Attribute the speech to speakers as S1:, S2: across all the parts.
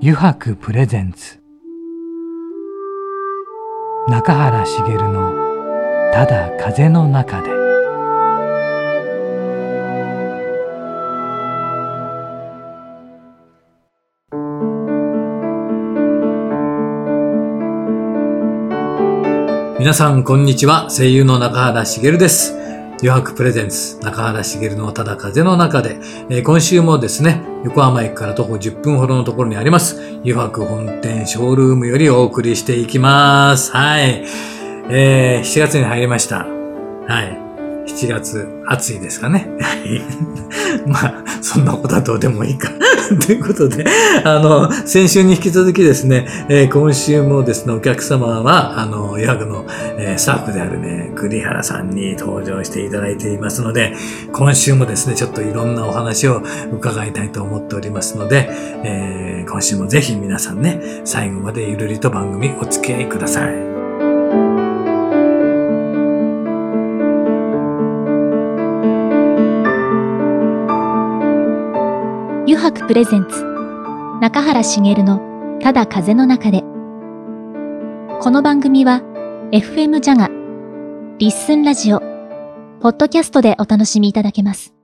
S1: 油白プレゼンツ中原茂の「ただ風の中で」
S2: 皆さんこんにちは声優の中原茂です余白プレゼンツ中原茂のただ風の中で、えー今週もですね横浜駅から徒歩10分ほどのところにあります余白本店ショールームよりお送りしていきますはい、えー、7月に入りましたはい7月暑いですかねはい まあそんなことはどうでもいいか ということであの先週に引き続きですね、えー今週もですねお客様はあの余白のえースタッフであるね、栗原さんに登場していただいていますので、今週もですね、ちょっといろんなお話を伺いたいと思っておりますので、えー今週もぜひ皆さんね、最後までゆるりと番組お付き合いください。
S3: 油白プレゼンツ中原茂のただ風の中でこの番組は FM ジャガリッスンラジオポッドキャストでお楽しみいただけます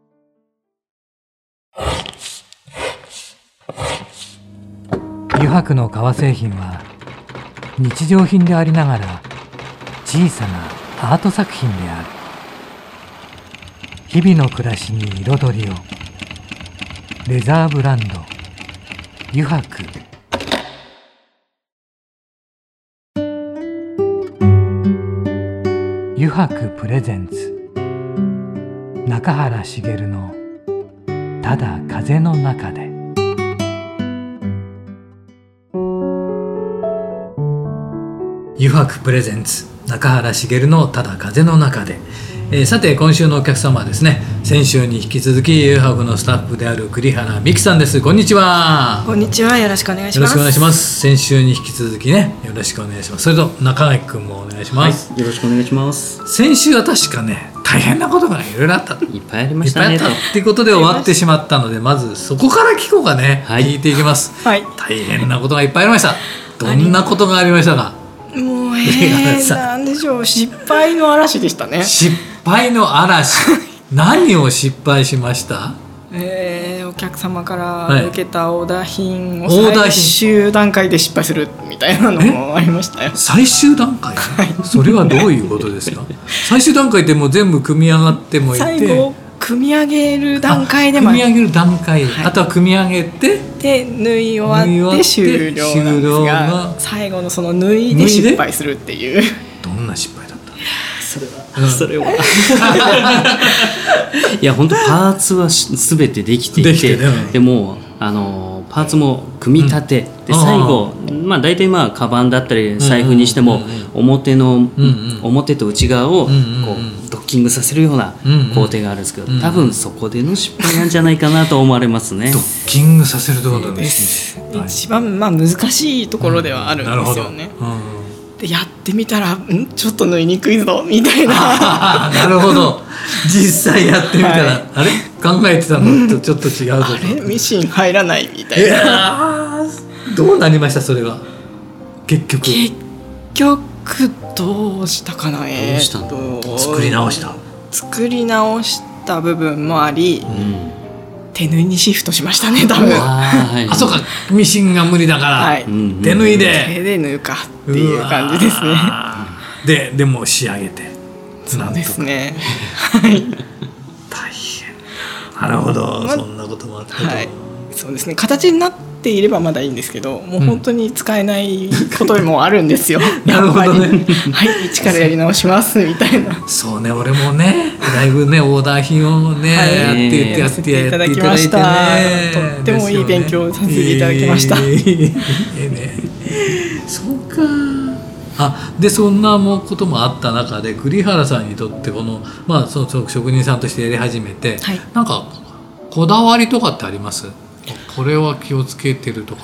S1: 油白の革製品は日常品でありながら小さなアート作品である日々の暮らしに彩りをレザーブランド油白油白プレゼンツ中原茂の「ただ風の中で」
S2: 油白プレゼンツ中原茂のただ風の中で、えーさて今週のお客様はですね先週に引き続き油白のスタッフである栗原美希さんですこんにちは
S4: こんにちは、よろしくお願いし
S2: よろ
S4: ま
S2: し
S4: す。
S2: くお願いします先週に引き続きねよろしくお願いしますそれと中垣君もお願いします、
S5: はい、よろしくお願いします。
S2: 先週は確かね大変なことがいろいろあったと。
S5: いっぱいありま
S2: いっ
S5: した
S2: ぱいあ
S5: ね
S2: った
S5: と。
S2: っていうことで終わってしまったのでまずそこから聞こうかね、
S5: はい
S2: 聞いていきます
S4: はい。
S2: 大変なことがいっぱいありましたどんなことがありましたか
S4: もう、え
S2: 出川
S4: ー、
S2: さん
S4: なんでしょう、失敗の嵐でしたね。
S2: 失敗の嵐何を失敗しました
S4: えー、お客様か
S2: はい
S4: ら受けたオーダー品を
S2: オーダー品
S4: 最終段階で失敗するみたいなのもありましたよ。
S2: 最終段階、それはどういうことですか最終段階ってもう全部組み上がってもいて
S4: 最後、組み上げる段階でもあ
S2: あ組み上げる段階、
S4: はい
S2: あとは組み上げて
S4: って縫い終わって終了なんです
S2: 終了
S4: が
S2: が
S4: 最後のその縫いで失敗するっていう
S2: どんな失敗だった
S5: それは、
S2: うん
S5: それは。 いや、本当パーツはすべてできてい
S2: で
S5: て、
S2: きてねうん
S5: でも、あのパーツも組み立て、で
S2: あー
S5: 最後、まあ大体まあカバンだったり財布にしても、
S2: うんうんうんうん
S5: 表の、
S2: ん
S5: 表と内側をこ
S2: うん
S5: う、
S2: うんうん
S5: ドッキングさせるような
S2: うんうん
S5: 工程があるんですけど、
S2: うんうん
S5: 多分そこでの失敗なんじゃないかなと思われま すね。
S2: ドッキングさせるってことですねはい
S4: 一番まあ難しいところではあるんですよね。
S2: なるほど、うん
S4: でやってみたらんちょっと縫いにくいぞみたいな
S2: あーなるほど実際やってみたら、
S4: はい
S2: あれ考えてたのとちょっと違うぞ
S4: あれミシン入らないみた
S2: い
S4: いな
S2: やーどうなりましたそれは結局
S4: 結局どうしたかな
S5: どうしたの
S4: えーと
S2: 作り直した
S4: 作り直した部分もあり、
S5: うん
S4: 手縫いにシフトしましたね多分
S5: あーはい
S2: あそうかミシンが無理だから、
S4: はい
S5: うんうん
S2: 手縫いで
S4: 手で縫うかっていう感じです
S2: う
S4: ね
S2: わーででも仕上げて
S4: そうですね
S2: 大変なるほど、
S4: ま
S2: そんなこともあったと、
S4: はいそうですね形になっていればまだいいんですけどもう本当に使えないこともあるんですよ、
S2: なるほどね
S4: やっぱりはい一からやり直しますみたいな
S2: そうね俺もねだいぶねオーダー品をね、
S4: はい
S2: やってや
S5: や
S2: っ
S5: って
S4: せ
S2: やって
S4: ていただきましたとってもいい勉強をさせていただきました
S2: えねそうかあでそんなもうこともあった中で栗原さんにとってこの,、まあ、そのその職人さんとしてやり始めて、
S4: はい
S2: なんかこだわりとかってありますこれは気をつけてるとか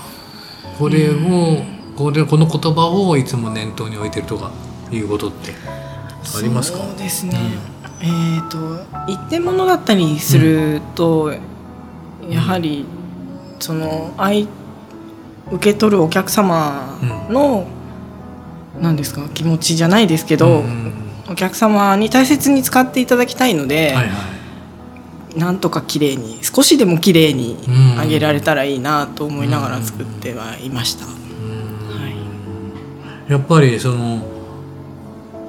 S2: これをこれこの言葉をいつも念頭に置いてるとかいうことってありますか
S4: そうですね、えっ、と一点物だったりすると、やはりその相受け取るお客様の、なんですか気持ちじゃないですけど、
S2: うんうん
S4: お客様に大切に使っていただきたいので、
S2: はいはい
S4: なんとか綺麗に少しでも綺麗に
S2: うん
S4: あげられたらいいなと思いながら作ってはいました。
S2: うんやっぱりその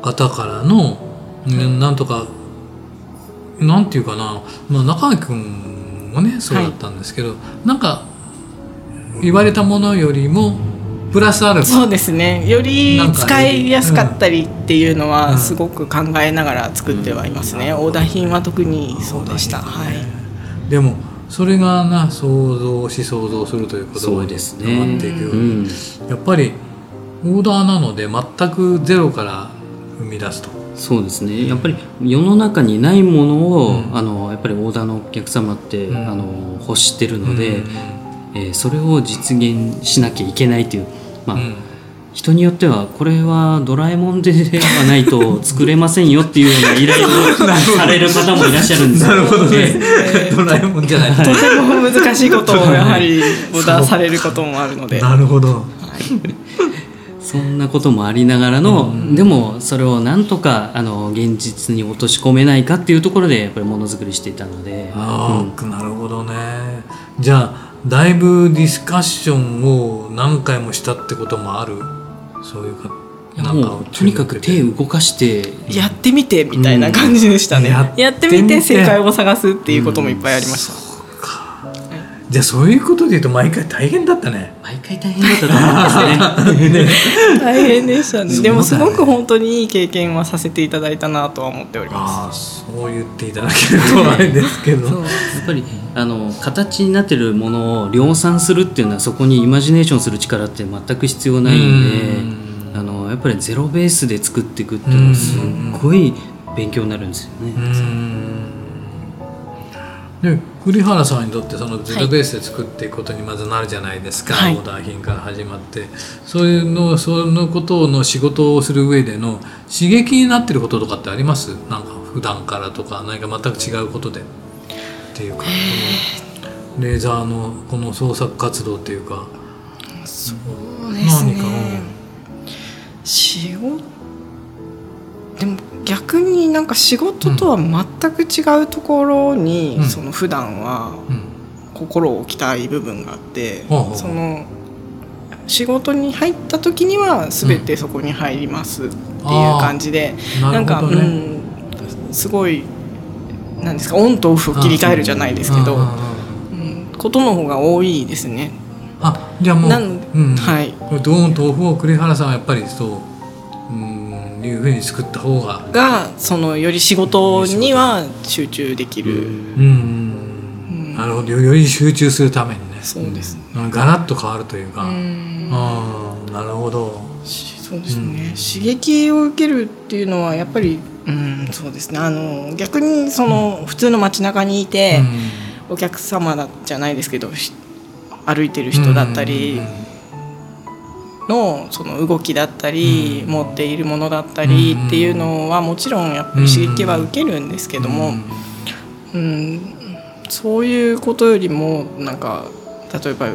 S2: 方からの、ねなんとかなんていうかな、まあ、中垣君もねそうだったんですけど、なんか言われたものよりもプラスアルファ
S4: そうですねより
S2: なんか
S4: 使いやすかったりっていうの
S2: うん
S4: はすごく考えながら作ってはいますね、オーダー品は特にそうでした、はい
S2: でもそれがな想像し想像するということ
S5: そう
S2: に
S5: ですね
S2: 変わっていくよう
S5: う
S2: に
S5: ん
S2: やっぱりオーダーなので全くゼロから生み出すと。
S5: そうですねやっぱり世の中にないものを、
S2: うん
S5: あのやっぱりオーダーのお客様って、
S2: うん
S5: あの欲してるので、
S2: うん
S5: えーそれを実現しなきゃいけないという、まあ
S2: うん
S5: 人によってはこれはドラえもんではないと作れませんよっていうような依 頼をされる方もいらっしゃるんですよ
S2: なるほどね
S5: ええ
S2: ドラえもんじゃない。
S4: とても難しいことをや はりオーダーされることもあるので
S2: なるほど。
S5: そんなこともありながらの、でもそれをなんとかあの現実に落とし込めないかっていうところでやっぱりものづくりしていたので、
S2: ああ、なるほどね。じゃあだいぶディスカッションを何回もしたってこともある。そういうか。
S5: いや
S2: なんか
S5: もうとにかく手動かして
S4: やってみてみたいな感じでしたね、
S2: うんやってみて
S4: やってみて正解を探すっていうこともいっぱいありました、
S2: じゃあそういうことで言うと毎回大変だったね。
S5: 毎回大変だったと思う んですね。
S4: 大変でしたね
S2: そうだね
S4: でもすごく本当にいい経験はさせていただいたなとは思っております
S2: ああ、そう言っていただけるとあれですけど。
S5: やっぱりあの形になってるものを量産するっていうのはそこにイマジネーションする力って全く必要ないん
S2: う
S5: であのやっぱりゼロベースで作っていくっていうのはすっごい勉強になるんですよ
S2: う
S5: ね。
S2: んで栗原さんにとってそのゼロベースで作っていくことにまずなるじゃないですか、
S4: はい
S2: オーダー品から始まってそういうのそのことの仕事をする上での刺激になってることとかってありますなんか普段からとか何か全く違うことでっていうかこのレーザーのこの創作活動っていうか
S4: そう
S2: 何かうん
S4: 仕事でも逆になんか仕事とは全く違うところに、
S2: うん
S4: その普段は
S2: うん
S4: 心を置きたい部分があって、
S2: ほうほう
S4: その仕事に入った時には全てそこに入りますっていう感じで、
S2: な
S4: なん
S2: る
S4: か、
S2: ほどね。
S4: うん、すごいなんですかオンとオフを切り替えるじゃないですけど、
S2: うんうんうん
S4: うんことの方が多いですね。
S2: あじゃあもう、
S4: なの
S2: うん
S4: はい
S2: ドーンとオフを栗原さんはやっぱりそううんいうふうに作った方が
S4: がそのより仕事には集中できる、
S2: うん、なるほどよより集中するためにね
S4: そうですね、
S2: うんガラッと変わるというか、
S4: うん
S2: ああなるほど
S4: しそうですね、刺激を受けるっていうのはやっぱりうんそうですねあの逆にその、普通の街中にいて、お客様だじゃないですけどし歩いてる人だったりのその動きだったり、持っているものだったり
S2: うん
S4: っていうのはもちろんやっぱり刺激は受けるんですけ
S2: け
S4: ども、うん、そういうことよりもなんか例えばう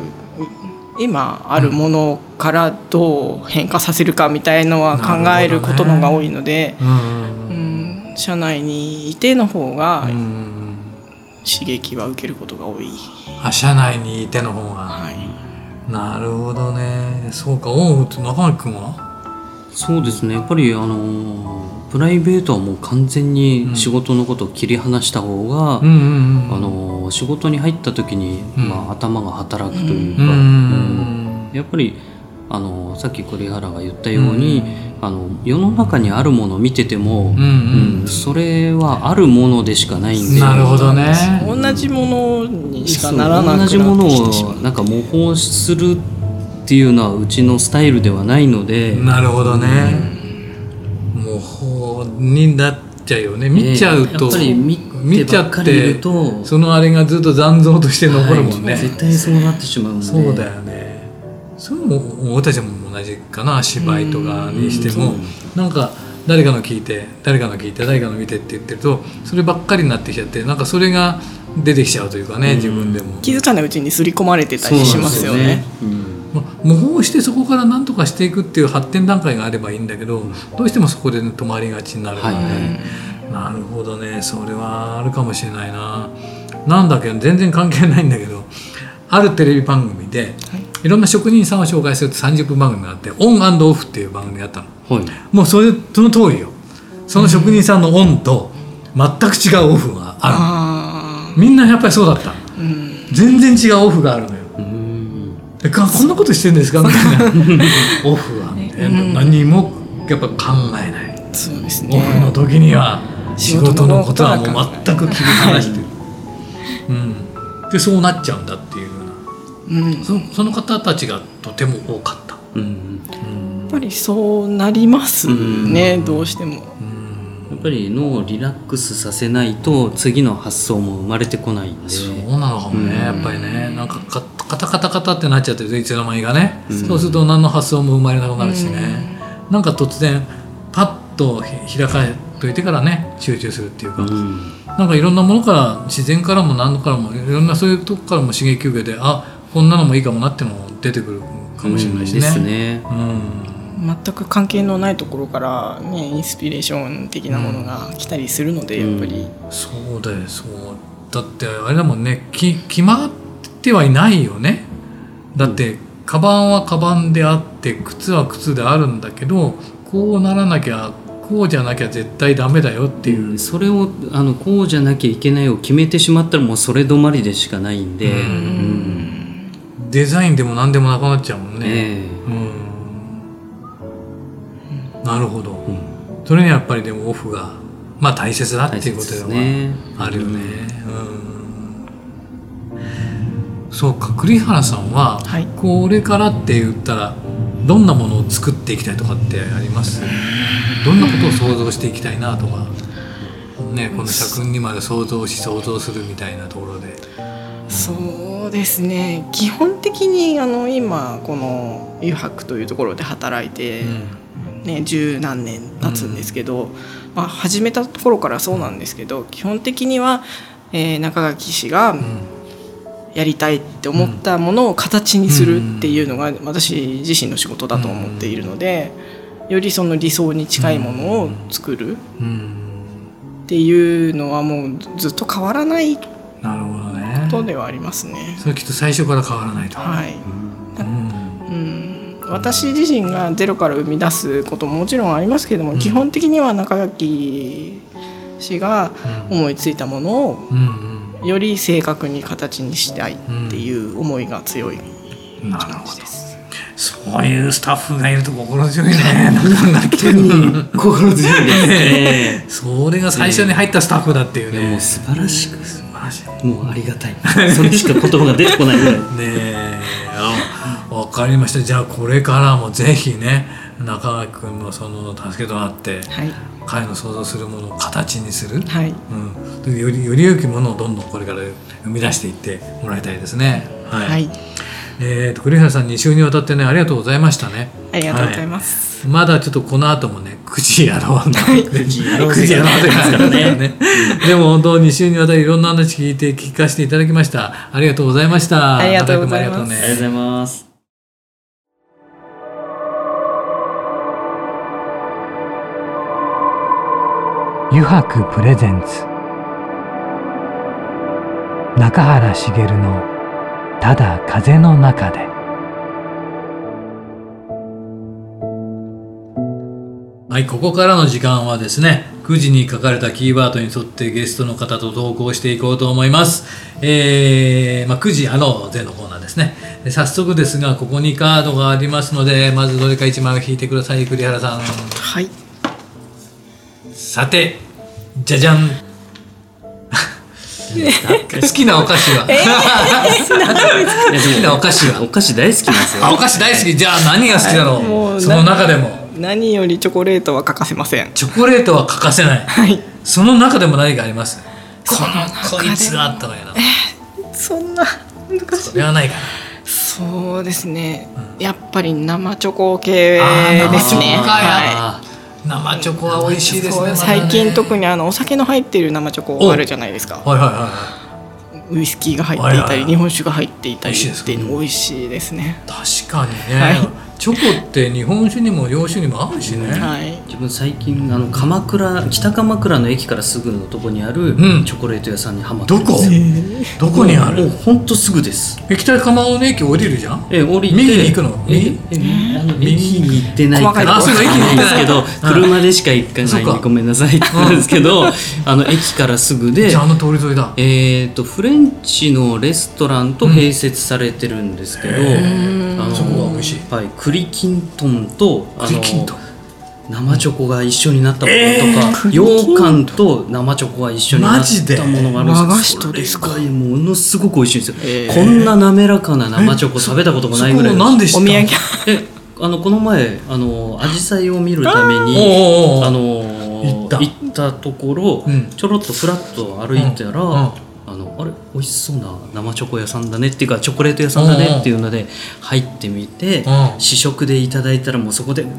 S4: 今あるものからどう変化させるかみたいのは考えることの方が多いので、
S2: うん
S4: うん、社内にいての方が
S2: うん
S4: 刺激は受けることが多い。
S2: あ社内にいての方が
S4: はい
S2: なるほどねそうかオフと中垣君は
S5: そうですねやっぱりあのプライベートはもう完全に仕事のことを切り離した方が、
S2: うんうんうん
S5: あの仕事に入った時に、
S2: うん
S5: まあ、頭が働くというか、
S2: うん
S5: うんやっぱりあのさっき栗原が言ったように、あの世の中にあるものを見てて
S2: うんう
S5: も、
S2: ん
S5: うんそれはあるものでしかないんで
S2: なるほどね
S4: 同じものにし
S5: そ
S4: か
S5: う
S4: ならなくな
S5: 同
S4: って
S5: じもの
S4: きてしま
S5: を
S4: う
S5: なんか模倣するっていうのはうちのスタイルではないので、
S2: なるほどね。模倣になっちゃうよね。見ちゃうと、
S5: やっぱり見
S2: 見ちゃ
S5: ばっ
S2: っ
S5: かりい
S2: て
S5: ると
S2: そのあれがずっと残像として残るもんね。
S5: はい絶対そうなってしまうんで
S2: そうだよね。それも俺たちも同じかな芝居とかにしてもなんか誰かの聞いて誰かの聞いて誰かの見てって言ってるとそればっかりになってきちゃってなんかそれが出てきちゃうというかね自分でも。
S4: 気づかないうちに刷り込まれてたりしますよね。
S5: うん
S2: まあ、模倣してそこから何とかしていくっていう発展段階があればいいんだけどどうしてもそこで、ね、止まりがちになるので、
S5: はい
S2: なるほどねそれはあるかもしれないななんだっけ全然関係ないんだけどあるテレビ番組で、い、ろんな職人さんを紹介するって30分番組があってオンオフっていう番組があったの
S5: はい
S2: もうそれその通りよその職人さんのオンと全く違うオフがあ
S4: あ
S2: るみんなやっぱりそうだった
S4: あ、うん、
S2: 全然違うオフがあるのよ
S5: うん
S2: でかこんなことしてるんですかみたい なオフはみたいな何もやっぱ考えない
S4: そうです
S2: オ
S4: ね。
S2: フの時には仕
S4: 仕
S2: 事
S4: 事
S2: の
S4: の
S2: こ
S4: ことと
S2: は
S4: は
S2: もう全く切り離してる、うん、でそうなっちゃうんだっていうような
S4: うん、や
S2: そのその方たちがとても多かった、
S5: うん
S2: うん
S4: っぱりそうなりますね、どうしても。
S2: うん
S5: やっぱり脳をリラックスさせないと次の発想も生まれてこないんで
S2: そうなのかもね、
S5: うん
S2: やっぱりねなんかかカタカタカタってなっちゃってるいつの間にかね、そうすると何の発想も生まれなくなるしね、なんか突然パッとひ開かれといてからね集中するっていうか、
S5: うん
S2: なんかいろんなものから自然からも何からもいろんなそういうとこからも刺激受けてあこんなのもいいかもなってのも出てくるかもしれないしね。
S5: ですね
S2: うん
S4: 全く関係のないところから、ね、インスピレーション的なものが来たりするので、
S5: うん
S4: やっぱり、
S2: そうだよそうだってあれだもんねき決まってはいないよねだって、カバンはカバンであって靴は靴であるんだけどこうならなきゃこうじゃなきゃ絶対ダメだよっていう、
S5: それをあのこうじゃなきゃいけないを決めてしまったらもうそれ止まりでしかないんで、
S2: う
S4: うんん
S2: デザインでも何でもなくなっちゃうもんね。
S5: え
S2: うんなるほど、
S5: えうん
S2: それにはやっぱりでもオフがまあ大切だっていうことでは
S5: ね
S2: あるよねうんそうか栗原さんは、
S4: はい
S2: これからって言ったらどんなものを作っていきたいとかってありますどんなことを想像していきたいなとかねこの社訓にまで想像し想像するみたいなところで
S4: そうですね基本的にあの今この「誘白」というところで働いて、ね、十何年経つんですけど、まあ、始めたところからそうなんですけど基本的には、えー中垣氏が
S2: うん
S4: やりたいって思ったものを形にするっていうのが私自身の仕事だと思っているのでよりその理想に近いものを作る
S2: うんうん
S4: っていうのはもうずっと変わらないこ
S2: なるほどね
S4: とではありますね。
S2: それきっと最初から変わらないと。
S4: はい
S2: うん
S4: うん、私自身がゼロから生み出すことももちろんありますけども、
S2: うん
S4: 基本的には中垣氏が思いついたものを
S2: うんうん
S4: より正確に形にしたいっていう思いが強い
S2: うんなる
S4: 感
S2: ほど
S4: じです。
S2: そういうスタッフがいると心強いね。なんか来て る。
S5: 心強いですね
S2: それが最初に入ったスタッフだっていう
S5: いやも
S2: ね。
S5: う素晴らしく
S2: 素晴らしい。ね
S5: もうありがたいそれしか言葉が出てこない ぐらい
S2: え、あわかりました。じゃあこれからもぜひね、中垣君のその助けとなって、
S4: はい、
S2: 彼の想像するものを形にする。
S4: はい、
S2: うん、よりより良きものをどんどんこれから生み出していってもらいたいですね。はい。
S4: はい、
S2: えーと栗原さん2週にわたってねありがとうございましたね。。
S4: ありがとうございますす。
S2: まだちょっとこの後もね9時やろうな。9時やろうな。ね。 でも本当2週にわたりいろんな話聞いて聞かせていただきました。ありがとうございました。
S4: ありがとうございます
S2: 中田君もありがとうね
S5: ありがとうございます
S1: 湯泊プレゼンツ中原茂の「ただ風の中で」
S2: はい、ここからの時間はですね、9時に書かれたキーワードに沿ってゲストの方と投稿していこうと思います。えー、まあ、9時あの前のコーナーですね。で早速ですが、ここにカードがありますので、まずどれか1枚を引いてください、栗原さん。
S4: はい、
S2: さて、じゃじゃ ん。好きなお菓子は、
S5: いやでも
S2: 好きなお菓子は
S5: お菓子大好きなんですよ
S2: あお菓子大好き、じゃあ何が好きだろう、
S4: もう
S2: その中でも。
S4: 何よりチョコレートは欠かせません。
S2: チョコレートは欠かせない。
S4: はい、
S2: その中でも何がありますこ
S4: その中
S2: の
S4: で
S2: こいつがあったのよな。
S4: そんな難し
S2: それはないかな。
S4: い。そうですね。やっぱり生チョコ系
S2: あー
S4: ですね。
S2: 生チョコか
S4: は
S2: あー生チョコは美味しい
S4: い。
S2: です
S4: そう
S2: ね。
S4: 最近特
S2: に。
S4: にあのお酒の入ってる生チョコあるじゃないですか。
S2: はいはいは
S4: ウイスキーが入ってい
S2: は
S4: た
S2: いはい
S4: り日本酒が入っていたり
S2: 美味しいですか
S4: っていうの美味しいですね。
S2: 確かにね、
S4: はい
S2: チョコって日本酒にも洋酒にも合うしね、
S4: はい。
S5: 自分最近あの鎌倉北鎌倉の駅からすぐのとこにある
S2: うん
S5: チョコレート屋さんにハマって
S2: ど
S5: るんで
S2: こ
S5: すよ
S2: どこにあ
S5: もう
S2: る
S5: ほんとすぐです
S2: 液体釜尾の駅降りるじゃん
S5: え降りて
S2: 右に行くの
S5: え
S2: 右
S5: えあの駅に行ってない
S4: 細かいとこ
S5: あそう駅に行っ
S2: うん
S5: てないんですけど車でしか行かないん
S2: そっ
S5: で
S2: か
S5: ごめんなさいって言うんですけどあの駅からすぐで
S2: じゃああの通り沿いだ
S5: えー、とフレンチのレストランと併設されてるんですけど、あの
S2: そこが美味しい
S5: はい、栗きんとんとあ
S2: 栗
S5: の
S2: きんとん
S5: 生チョコが一緒になったものとか、
S4: えー
S5: 羊羹と生チョコが一緒になったものがあるん
S4: マ
S5: です
S4: ジで和菓子とですか
S5: それがものすごく美味しいんですよ、
S4: えー
S5: こんな滑らかな生チョコ食べたこともないぐらい
S2: そこなんで知った
S4: お土産
S5: えあのこの前あの紫陽花を見るために
S2: おうおうおう
S5: あの
S2: 行った
S5: ところ、
S2: うん
S5: ちょろっとふらっと歩いたら、
S2: うんうん
S5: あのあれ美味しそうな生チョコ屋さんだねっていうかチョコレート屋さんだねっていうので入ってみて、
S2: うん
S5: 試食でいただいたらもうそこでもう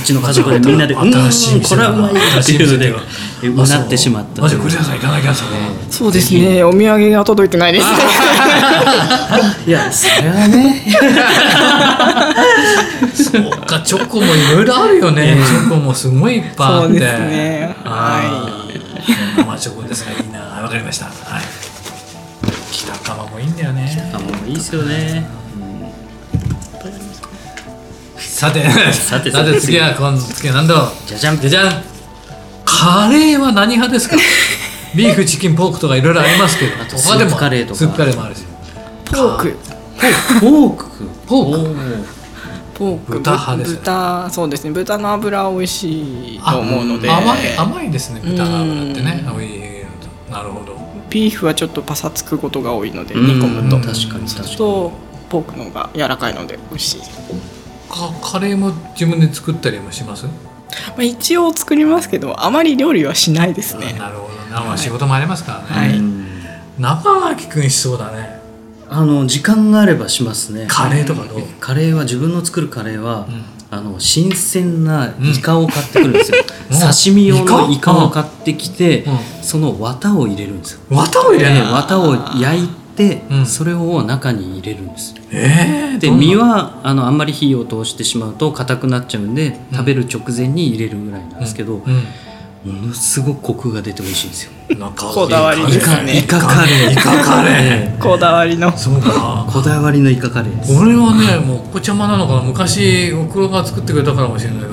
S5: うちの家族でみんなで「う
S2: また新しい
S5: ん
S2: 店
S5: こ
S2: だ
S5: れ
S2: な
S5: はうまい」っていうので
S2: 新しい
S5: えうなってしまった
S2: あじゃあ栗田さん行かなきゃそこ
S4: そうですね。お土産が届いてないですね。
S5: いやそれはね
S2: そうかチョコもいろいろあるよねチョコもすごいいっぱいあって
S4: そうですね
S2: あー生チョコですねいいなはいわかりましたはい北釜もいいんだよね
S5: あもういいですよね
S2: さて
S5: さて
S2: さて次は今度次は何だろう
S5: じゃじゃん
S2: じゃじゃんカレーは何派 ですかビーフチキンポークとかいろいろありますけど
S5: あと
S2: 他でも
S5: スープカレーとか
S2: スープカレーもあるし
S4: ポーク、
S5: ポーク
S2: ポーク
S5: ク
S4: ポーク、
S2: 豚派ですよね
S4: 豚、そうですね。豚の脂美味しいと思うので、
S2: 甘い甘いですね豚の脂ってね
S4: う
S2: おいなるほど
S4: ビーフはちょっとパサつくことが多いので、
S5: うん
S4: 煮込むと、
S2: うん
S5: 確かに確かに
S4: とポークの方が柔らかいので美味しい。
S2: かカレーも自分で作ったりもします、
S4: まあ、一応作りますけど、あまり料理はしないですね。
S2: なるほどな、まあ、仕事もありますからね、
S4: はい
S5: うん
S2: 生垣くんしそうだね
S5: あの時間があればしますね
S2: カレーとかどう、
S5: カレーは自分の作るカレーは、
S2: うん
S5: あの新鮮なイカを買ってくるん ですよ、刺身用の
S2: イカ
S5: イカを買ってきて、
S2: うん
S5: その綿を入れるんですよ、
S2: 綿を入れ
S5: で
S2: ない
S5: 綿を焼いて、
S2: うん
S5: それを中に入れるんです
S2: ええー、
S5: で
S2: どんな
S5: 身はあのあんまり火を通してしまうと硬くなっちゃうんで、食べる直前に入れるぐらいなんですけど、
S2: うん
S5: ものすごくコクが出て美味しいんですよ
S2: なんか
S4: こだわり
S2: イ
S4: で
S2: カレ
S4: す
S2: ー
S4: ね
S5: イカカレー
S2: イカカレ
S4: こだわり の。
S2: そうか
S5: こだわりのイカカレーです
S2: 俺はねもうこっちゃまなのかな昔おふくろが作ってくれたからかもしれないけ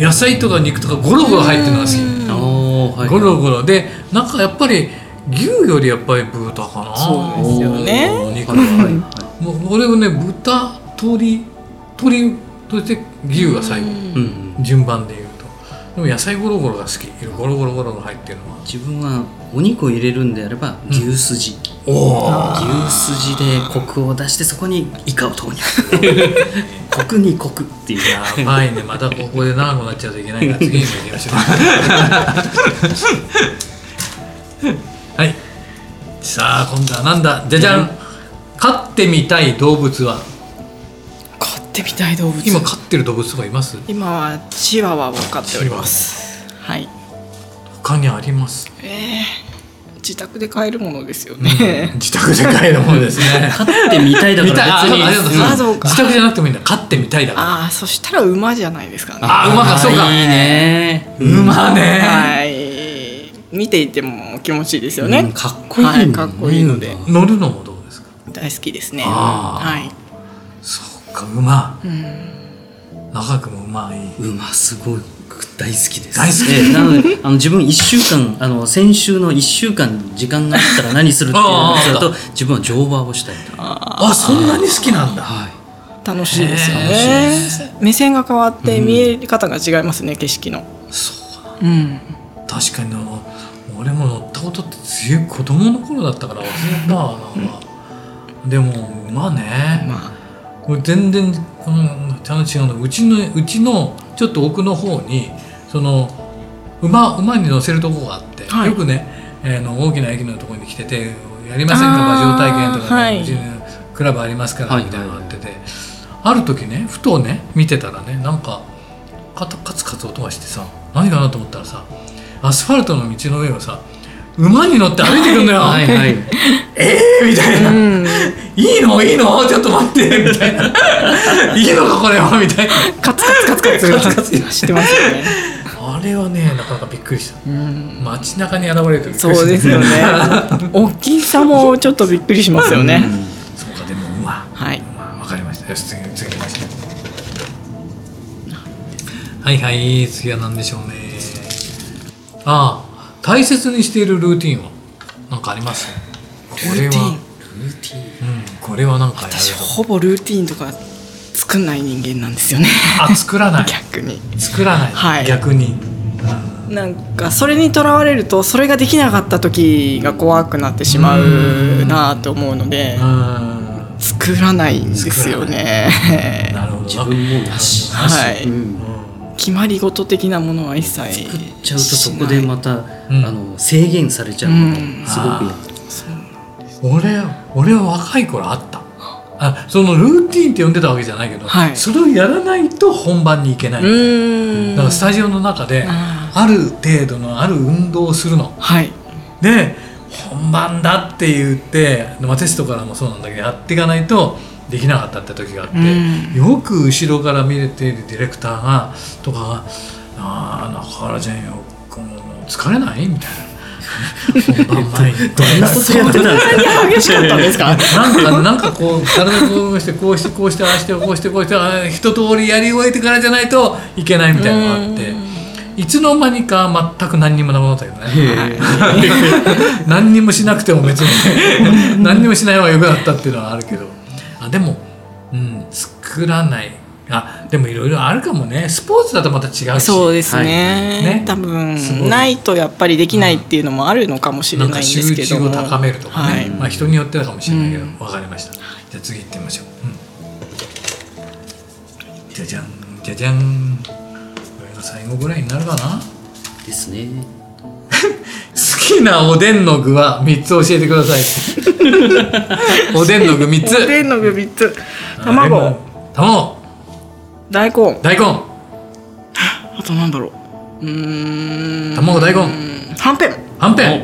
S2: ど野菜とか肉とかゴロゴロ入ってるのが好き
S5: あーはい
S2: ゴロゴロでなんかやっぱり牛よりやっぱり豚かな
S4: そうですよね
S2: お肉
S5: はいはい
S2: は
S5: はい
S2: もう俺はね豚鶏鶏として牛が最後
S5: うんうん
S2: 順番で言うとでも野菜ゴロゴロが好きゴロゴロゴロゴロ入ってるのは
S5: 自分はお肉を入れるんであれば牛すじ、
S2: おお
S5: 牛すじでコクを出してそこにイカを投入コクにコクっていう
S2: やばいねまたここで長くなっちゃうといけないから次にも行きま しょうはいさあ今度はなんだじゃじゃん飼ってみたい動物は
S4: 飼ってみたい動物。
S2: 今飼ってる動物とかいます
S4: 今はチワワを飼っております。はい。
S2: 他にあります
S4: えー、自宅で飼えるものですよね。
S2: 自宅で飼えるものですね
S5: 飼ってみたい だ
S2: 見
S5: か
S2: たい
S5: ら
S2: あそうかありがと
S5: 別
S2: うございま
S4: あ
S5: に
S2: す
S4: そうか
S2: 自宅じゃなくてもいいんだ飼ってみたいだから
S4: ああ、そしたら馬じゃないですかね。
S2: あ馬かそうか
S5: いいね
S2: 馬ね、
S4: はい。見ていても気持ちいいですよね。
S5: うんかっこいいね
S4: はい、かっこいいので
S2: 乗るのもどうですか
S4: 大好きですね。
S2: あー
S4: は
S2: そうか馬
S4: い。うん。
S2: 長くも馬いい
S5: 馬すごく大好きです
S2: 大好き
S5: ええなのであの自分1週間あの先週の1週間時間があったら何するっていうのをする
S2: あ
S5: と自分は乗馬をしたいと
S2: あそんなに好きなんだ
S5: はい
S4: 楽しいですよ
S2: へ
S4: ね。目線が変わって見え方が違いますね、景色の。
S2: そうだ
S4: うん。
S2: 確かにあの俺も乗ったことってずい子供の頃だったから忘れたわなんかでも馬ね、
S4: まあ。
S2: 俺全然この話違うのうちのうちのちょっと奥の方にその馬馬に乗せるとこがあって、
S4: はい
S2: よくね、えーの大きな駅のところに来てて「やりませんか馬上体験」とか、ね
S4: あーはいう
S2: ちのクラブありますから
S5: はい
S2: みたいなのがあってて、ある時ねふとね見てたらねなんかカタカツカツ音がしてさ何かなと思ったらさアスファルトの道の上をさ馬に乗って歩いてくんだよ、
S5: はいはい
S2: みたいな、
S4: うん
S2: いいのいいのちょっと待ってみたいないいのかこれはみたいな
S4: カツカツカツカツカツしてますよね。
S2: あれはねなかなかびっくりした
S4: うん
S2: 街中に現れるとびっく
S4: そ
S2: りした
S4: うですよ ね。大きさもちょっとびっくりしますよね。
S2: そうかでもうま
S4: はい。
S2: わかりましたよし次次の街はいはい次は何でしょうねああ大切にしているルーティンは何かありますこれは
S4: ルーティン
S5: ルーティン
S2: うん、これはなんかやる
S4: 私ほぼルーティンとか作んない人間なんですよ ね。
S2: あ作らない
S4: 逆に。
S2: 作らない、
S4: はい
S2: 逆に
S4: なんかそれにとらわれるとそれができなかった時が怖くなってしまうなぁと思うので
S2: うーん
S4: 作らないんですよね。
S2: なるほど
S5: 自分もなし
S4: はい
S5: うん
S4: 決まり事的なものは一切
S5: 作っちゃうとそこでまた、
S2: うん
S5: あの制限されちゃうのがすごく嫌、
S2: 俺俺は若い頃あったあそのルーティンって呼んでたわけじゃないけど、
S4: はい
S2: それをやらないと本番に行けない、
S4: うーん
S2: だからスタジオの中で
S4: あ
S2: ある程度のある運動をするの
S4: はい
S2: で本番だって言ってまあテストからもそうなんだけどやっていかないとできなかったって時があって、
S4: うん
S2: よく後ろから見れているディレクターがとかが「ああ中原ちゃんよこの疲れない?」みた いな本番前に。
S5: どんなことやってたんですか
S4: 激しかったんですか
S2: なんかなんかこう体こうしてこうしてこうしてああしてこうしてこうしてああ一通りやり終えてからじゃないといけないみたいなのがあっていつの間にか全く何にもなくなったけどね何にもしなくても別に何にもしない方が良くなったっていうのはあるけどあでも、うん、作らないあでもいろいろあるかもねスポーツだとまた違うし
S4: そうですね,、
S2: ね
S4: 多
S2: すごい
S4: 分ないとやっぱりできないっていうのもあるのかもしれ
S2: な
S4: な
S2: ん
S4: いんで
S2: か
S4: す
S2: 集
S4: けど
S2: 中を
S4: も
S2: 高めるとかね、
S4: はい
S2: まあ、人によってだかもしれないけど、
S4: うん
S2: わかりましたじゃあ次行ってみましょう、うん、じゃじゃんじゃじゃんこれが最後ぐらいになるかな
S5: ですね
S2: 好きなおでんの具は3つ教えてください おでんの具3つ
S4: おでんの具3つ
S2: あレ
S4: 卵
S2: モン卵
S4: 大根
S2: 大根
S4: あとなんだろううーん
S2: 卵大根
S4: はんぺん
S2: はんぺん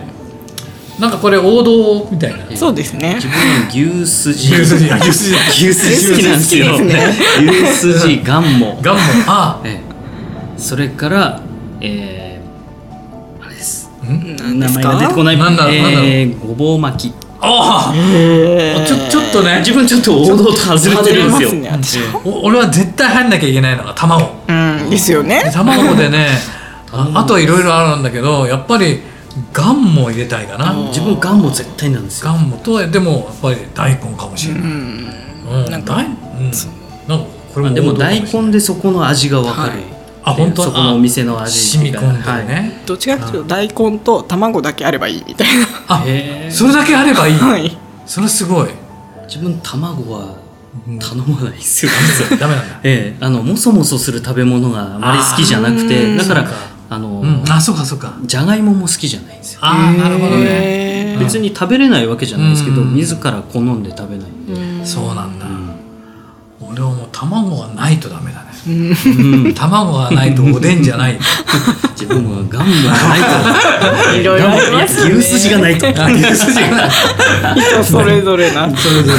S2: なんかこれ王道みたいな
S4: そうですね
S5: 自分は牛すじ
S2: 牛すじあ牛すじ
S5: 牛すじ好きなんですよ
S4: 牛すじ
S5: 牛すじガンモ
S2: ガンモあ
S5: ええそれからえー、あれです
S2: ん
S5: 名前が出てこない
S2: なんだろうなんだろう
S5: えー、ごぼう巻き
S2: あ
S4: え
S2: あちょちょっとね
S5: 自分ちょっと王道と外れてるんですよ
S4: 外れますね
S2: お俺は絶対入んなきゃいけないのが卵
S4: うんですよね
S2: 卵でねああといろいろあるんだけどやっぱりガンも入れたいかな
S5: 自分ガンモ絶対なんですよ
S2: ガンもとでもやっぱり大根かもしれない、うん
S4: なんか
S2: 大うん、なんかこれ
S5: まあ
S2: も
S5: でも
S2: 王道か
S5: 大
S2: しれない
S5: 根でそこの味がわかる、
S4: はい
S2: あ本当
S5: そこのお店の味
S2: 染み込んでる
S5: はい
S2: ね、
S4: どっちかというと大根と卵だけあればいいみたい
S5: へ
S2: あ
S5: ー
S2: それだけあればいい、
S4: なはい
S2: それすごい、
S5: 自分卵は
S2: うん
S5: 頼まないですよ、
S2: ダメなんだ
S5: ええあのもそもそする食べ物があまり好きじゃなく
S4: あー
S5: てだから
S2: そうか
S5: あの、
S2: うんあそうかそうか
S5: じゃがいもも好きじゃないんですよ
S2: あーなるほどね
S4: へ
S5: 別に食べれないわけじゃないですけど
S2: うん
S5: 自ら好んで食べないんで、
S4: ー
S2: そうなんだ、
S5: うん
S2: 俺はもう卵がないとダメだね
S4: うん
S2: 卵がないとおでんじゃない
S5: 自分はガンモがな いから
S4: いろいろありますよね
S5: いや牛すじがない と
S2: あ牛すじがない
S4: 人それぞれな
S2: それぞ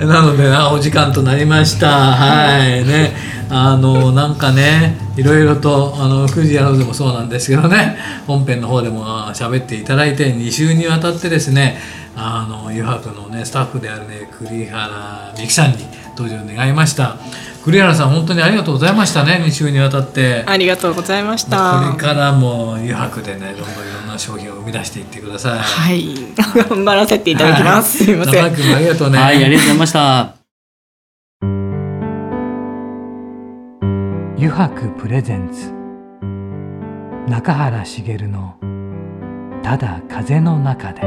S2: れ なのでなお時間となりましたはいねあのなんかねいろいろとあのくじやろうでもそうなんですけどね本編の方でもあ喋っていただいて2週にわたってですねあの湯泊のねスタッフであるね栗原美樹さんに登場願いました栗原さん本当にありがとうございましたね2週にわたって
S4: ありがとうございまし
S2: こ
S4: た
S2: れからも湯泊でねどんどんいろんな商品を生み出していってください
S4: はい頑張らせていただきますすいません
S2: 長くもありがとうね
S5: はいありがとうございました
S1: 油白プレゼンツ中原茂の「ただ風の中で」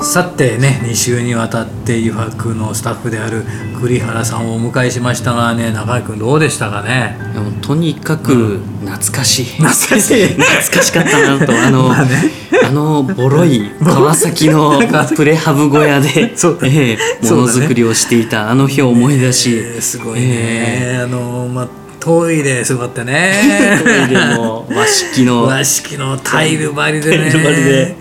S2: さてね2週にわたって湯泊のスタッフである栗原さんをお迎えしましたがね中井君どうでしたかね
S5: でもとにかく懐かしい、
S2: 懐かしい
S5: 懐かしかったなとあの、
S2: まあね
S5: あのボロい川崎のプレハブ小屋で
S2: そうだ
S5: ええ
S2: そ
S5: も
S2: うだね
S5: のづくりをしていたあの日を思い出し、
S2: えーすごいね、あのまあトイレすごかった
S5: え
S2: ね
S5: え トイレも和式の、
S2: 和式のタイル張りでね
S5: タイル張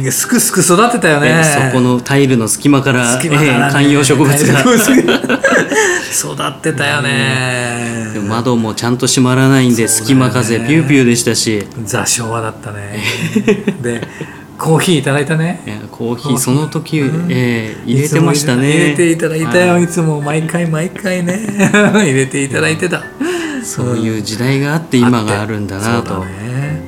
S5: り
S2: ですくすく育てたよ
S5: え
S2: ね
S5: えそこのタイルの隙間から
S2: 隙間からね
S5: ええ観葉植物が
S2: 観葉植物が育ってたよね
S5: でも窓もちゃんと閉まらないんで
S2: そうだ
S5: 隙
S2: よね
S5: 間風ピューピューでしたし、
S2: 座昭和だったねでコーヒーいただいたね
S5: ええコーヒーその時、ええ入れてました
S2: い
S5: ね
S2: つも入れていただいた
S5: は
S2: よいつも毎回毎回ね 入れていただいてた
S5: そういう時代があって今があるんだな
S2: そう
S5: と
S2: だね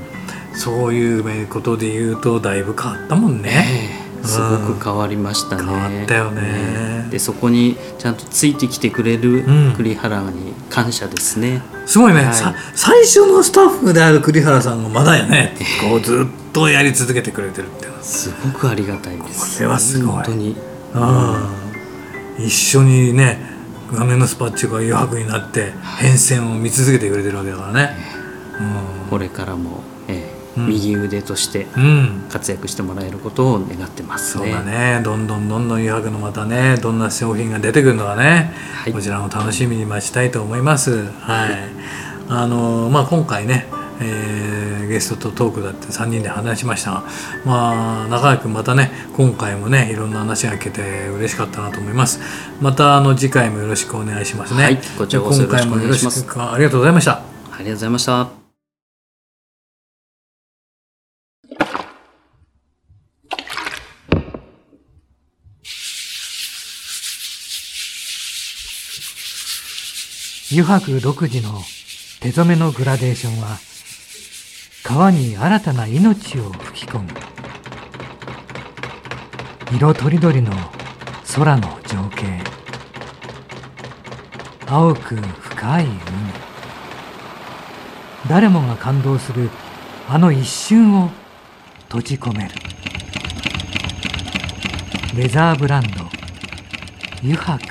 S2: そういうことで言うとだいぶ変わったもんね、
S5: ええすごく変わりましたね、
S2: 変わったよね
S5: ええでそこにちゃんとついてきてくれる
S2: うん
S5: 栗原に感謝ですね、
S2: すごいね、
S5: はい
S2: さ最初のスタッフである栗原さんがまだやねこうずっとやり続けてくれてるってのは
S5: すごくありがたいです
S2: これはすごい
S5: 本当に
S2: うん一緒にね画面のスパッチが余白になって変遷を見続けてくれてるわけだからね
S5: これからも、ええ
S2: うん
S5: 右腕として
S2: うん、うん
S5: 活躍してもらえることを願ってます
S2: そう
S5: ね
S2: だねどんどんどんどん余白のまたねどんな商品が出てくるのかね、
S5: はい
S2: こちらも楽しみに待ちたいと思いますはいあのまあ今回ねえーゲストとトークだって3人で話しましたがまあ中川君またね今回もねいろんな話が聞けて嬉しかったなと思いますまたあの次回もよろしくお願いしますね、
S5: はいこちらこそよろしくお願いします
S2: 今回もよろしくありがとうございました
S5: ありがとうございました
S1: 湯白独自の手染めのグラデーションは川に新たな命を吹き込む色とりどりの空の情景青く深い海誰もが感動するあの一瞬を閉じ込めるレザーブランド湯白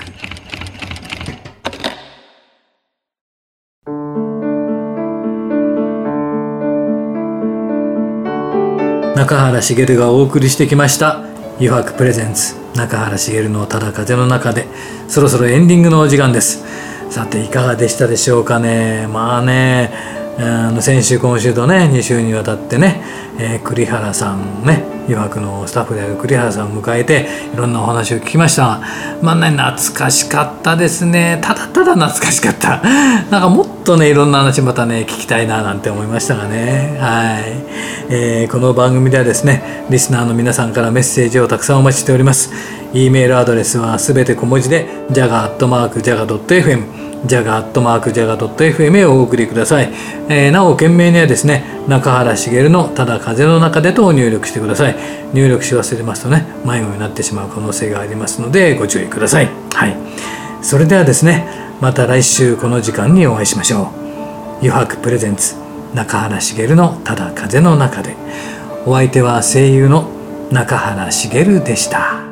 S2: 中原茂がお送りしてきました「余白プレゼンツ中原茂のただ風の中で」そろそろエンディングのお時間ですさていかがでしたでしょうかねまあねあの先週今週とね2週にわたってね、えー栗原さんね余白のスタッフである栗原さんを迎えていろんなお話を聞きましたまあね懐かしかったですねただただ懐かしかったなんかもっとねいろんな話またね聞きたいななんて思いましたがねはい、えーこの番組ではですねリスナーの皆さんからメッセージをたくさんお待ちしております e メールアドレスはすべて小文字で jaga.jaga.fm jaga.jaga.fm へお送りください、えーなお件名にはですね中原茂の「ただ風の中で」と入力してください入力し忘れますとね迷子になってしまう可能性がありますのでご注意くださいはいそれではですねまた来週この時間にお会いしましょう余白プレゼンツ中原茂の「ただ風の中で」お相手は声優の中原茂でした